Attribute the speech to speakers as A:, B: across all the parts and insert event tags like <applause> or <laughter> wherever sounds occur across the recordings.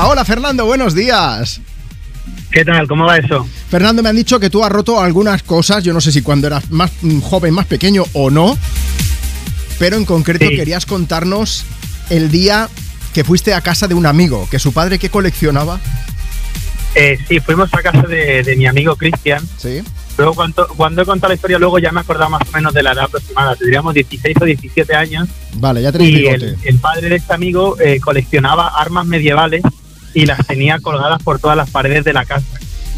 A: Hola Fernando, buenos días.
B: ¿Qué tal? ¿Cómo va eso?
A: Fernando, me han dicho que tú has roto algunas cosas, yo no sé si cuando eras más mm, joven, más pequeño o no, pero en concreto
B: Sí.
A: querías contarnos el día que fuiste a casa de un amigo, que su padre que coleccionaba.
B: Eh, sí, fuimos a casa de, de mi amigo Cristian.
A: Sí.
B: Luego, cuando, cuando he contado la historia, luego ya me he acordado más o menos de la edad aproximada. Tendríamos 16 o 17 años.
A: Vale, ya tenéis
B: Y
A: bigote.
B: el, el padre de este amigo eh, coleccionaba armas medievales y las tenía colgadas por todas las paredes de la casa.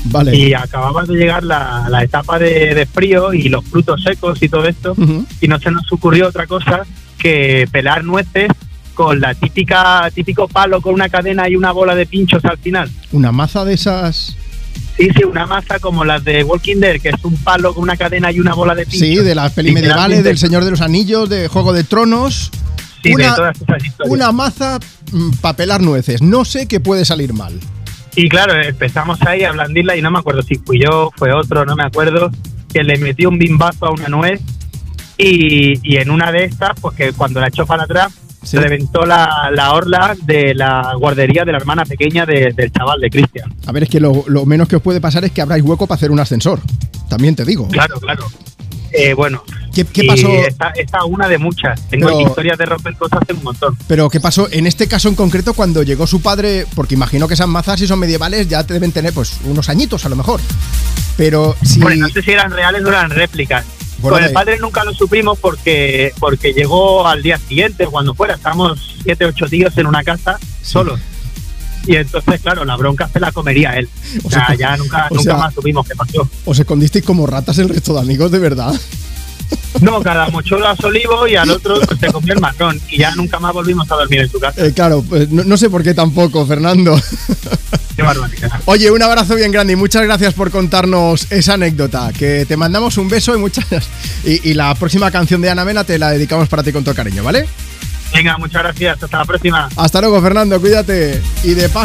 A: Vale.
B: Y acababa de llegar la, la etapa de, de frío y los frutos secos y todo esto.
A: Ujú.
B: Y no se nos ocurrió otra cosa que pelar nueces con la típica típico palo con una cadena y una bola de pinchos al final.
A: Una maza de esas...
B: Sí, sí, una masa como las de Walking Dead, que es un palo con una cadena y una bola de pincho.
A: Sí, de las pelis medievales,
B: Literalmente.
A: del Señor de los Anillos, de Juego de Tronos.
B: Sí, de
A: una-
B: todas esas historias.
A: Una maza papelar nueces. No sé qué puede salir mal.
B: Y claro, empezamos ahí a blandirla y no me acuerdo si fui yo, fue otro, no me acuerdo, que le metió un bimbazo a una nuez y, y en una de estas, pues que cuando la echó para atrás,
A: Sí.
B: reventó la, la orla de la guardería de la hermana pequeña de- del chaval, de Cristian.
A: A ver, es que lo, lo menos que os puede pasar es que habráis hueco para hacer un ascensor. También te digo.
B: Claro, claro. Eh, bueno,
A: ¿Qué, qué
B: y
A: pasó?
B: Esta, esta es una de muchas. Tengo
A: Pero-
B: historias de romper cosas en un montón.
A: Pero qué pasó en este caso en concreto cuando llegó su padre, porque imagino que esas mazas si son medievales ya te deben tener pues unos añitos a lo mejor. Pero si
B: Bueno, no sé si eran reales o eran réplicas.
A: Bueno,
B: Con el
A: eh.
B: padre nunca lo supimos porque porque llegó al día siguiente, cuando fuera. Estábamos siete, ocho tíos en una casa solos. Y entonces, claro, la bronca se la comería él.
A: O
B: O sea,
A: sea,
B: ya nunca,
A: o
B: nunca
A: sea-
B: más supimos qué pasó.
A: os escondisteis como ratas el resto de amigos de verdad. <laughs>
B: No, cada mocholo a su olivo y al otro pues, se comió el marrón. Y ya nunca más volvimos a dormir en su casa.
A: Eh, claro, pues, no, no sé por qué tampoco, Fernando. <laughs>
B: Qué barbaridad.
A: Oye, un abrazo bien grande y muchas gracias por contarnos esa anécdota. Que te mandamos un beso y muchas <laughs> y, y la próxima canción de Ana Mena te la dedicamos para ti con todo cariño, ¿vale?
B: Venga, muchas gracias. Hasta la próxima.
A: Hasta luego, Fernando, cuídate. Y de paso.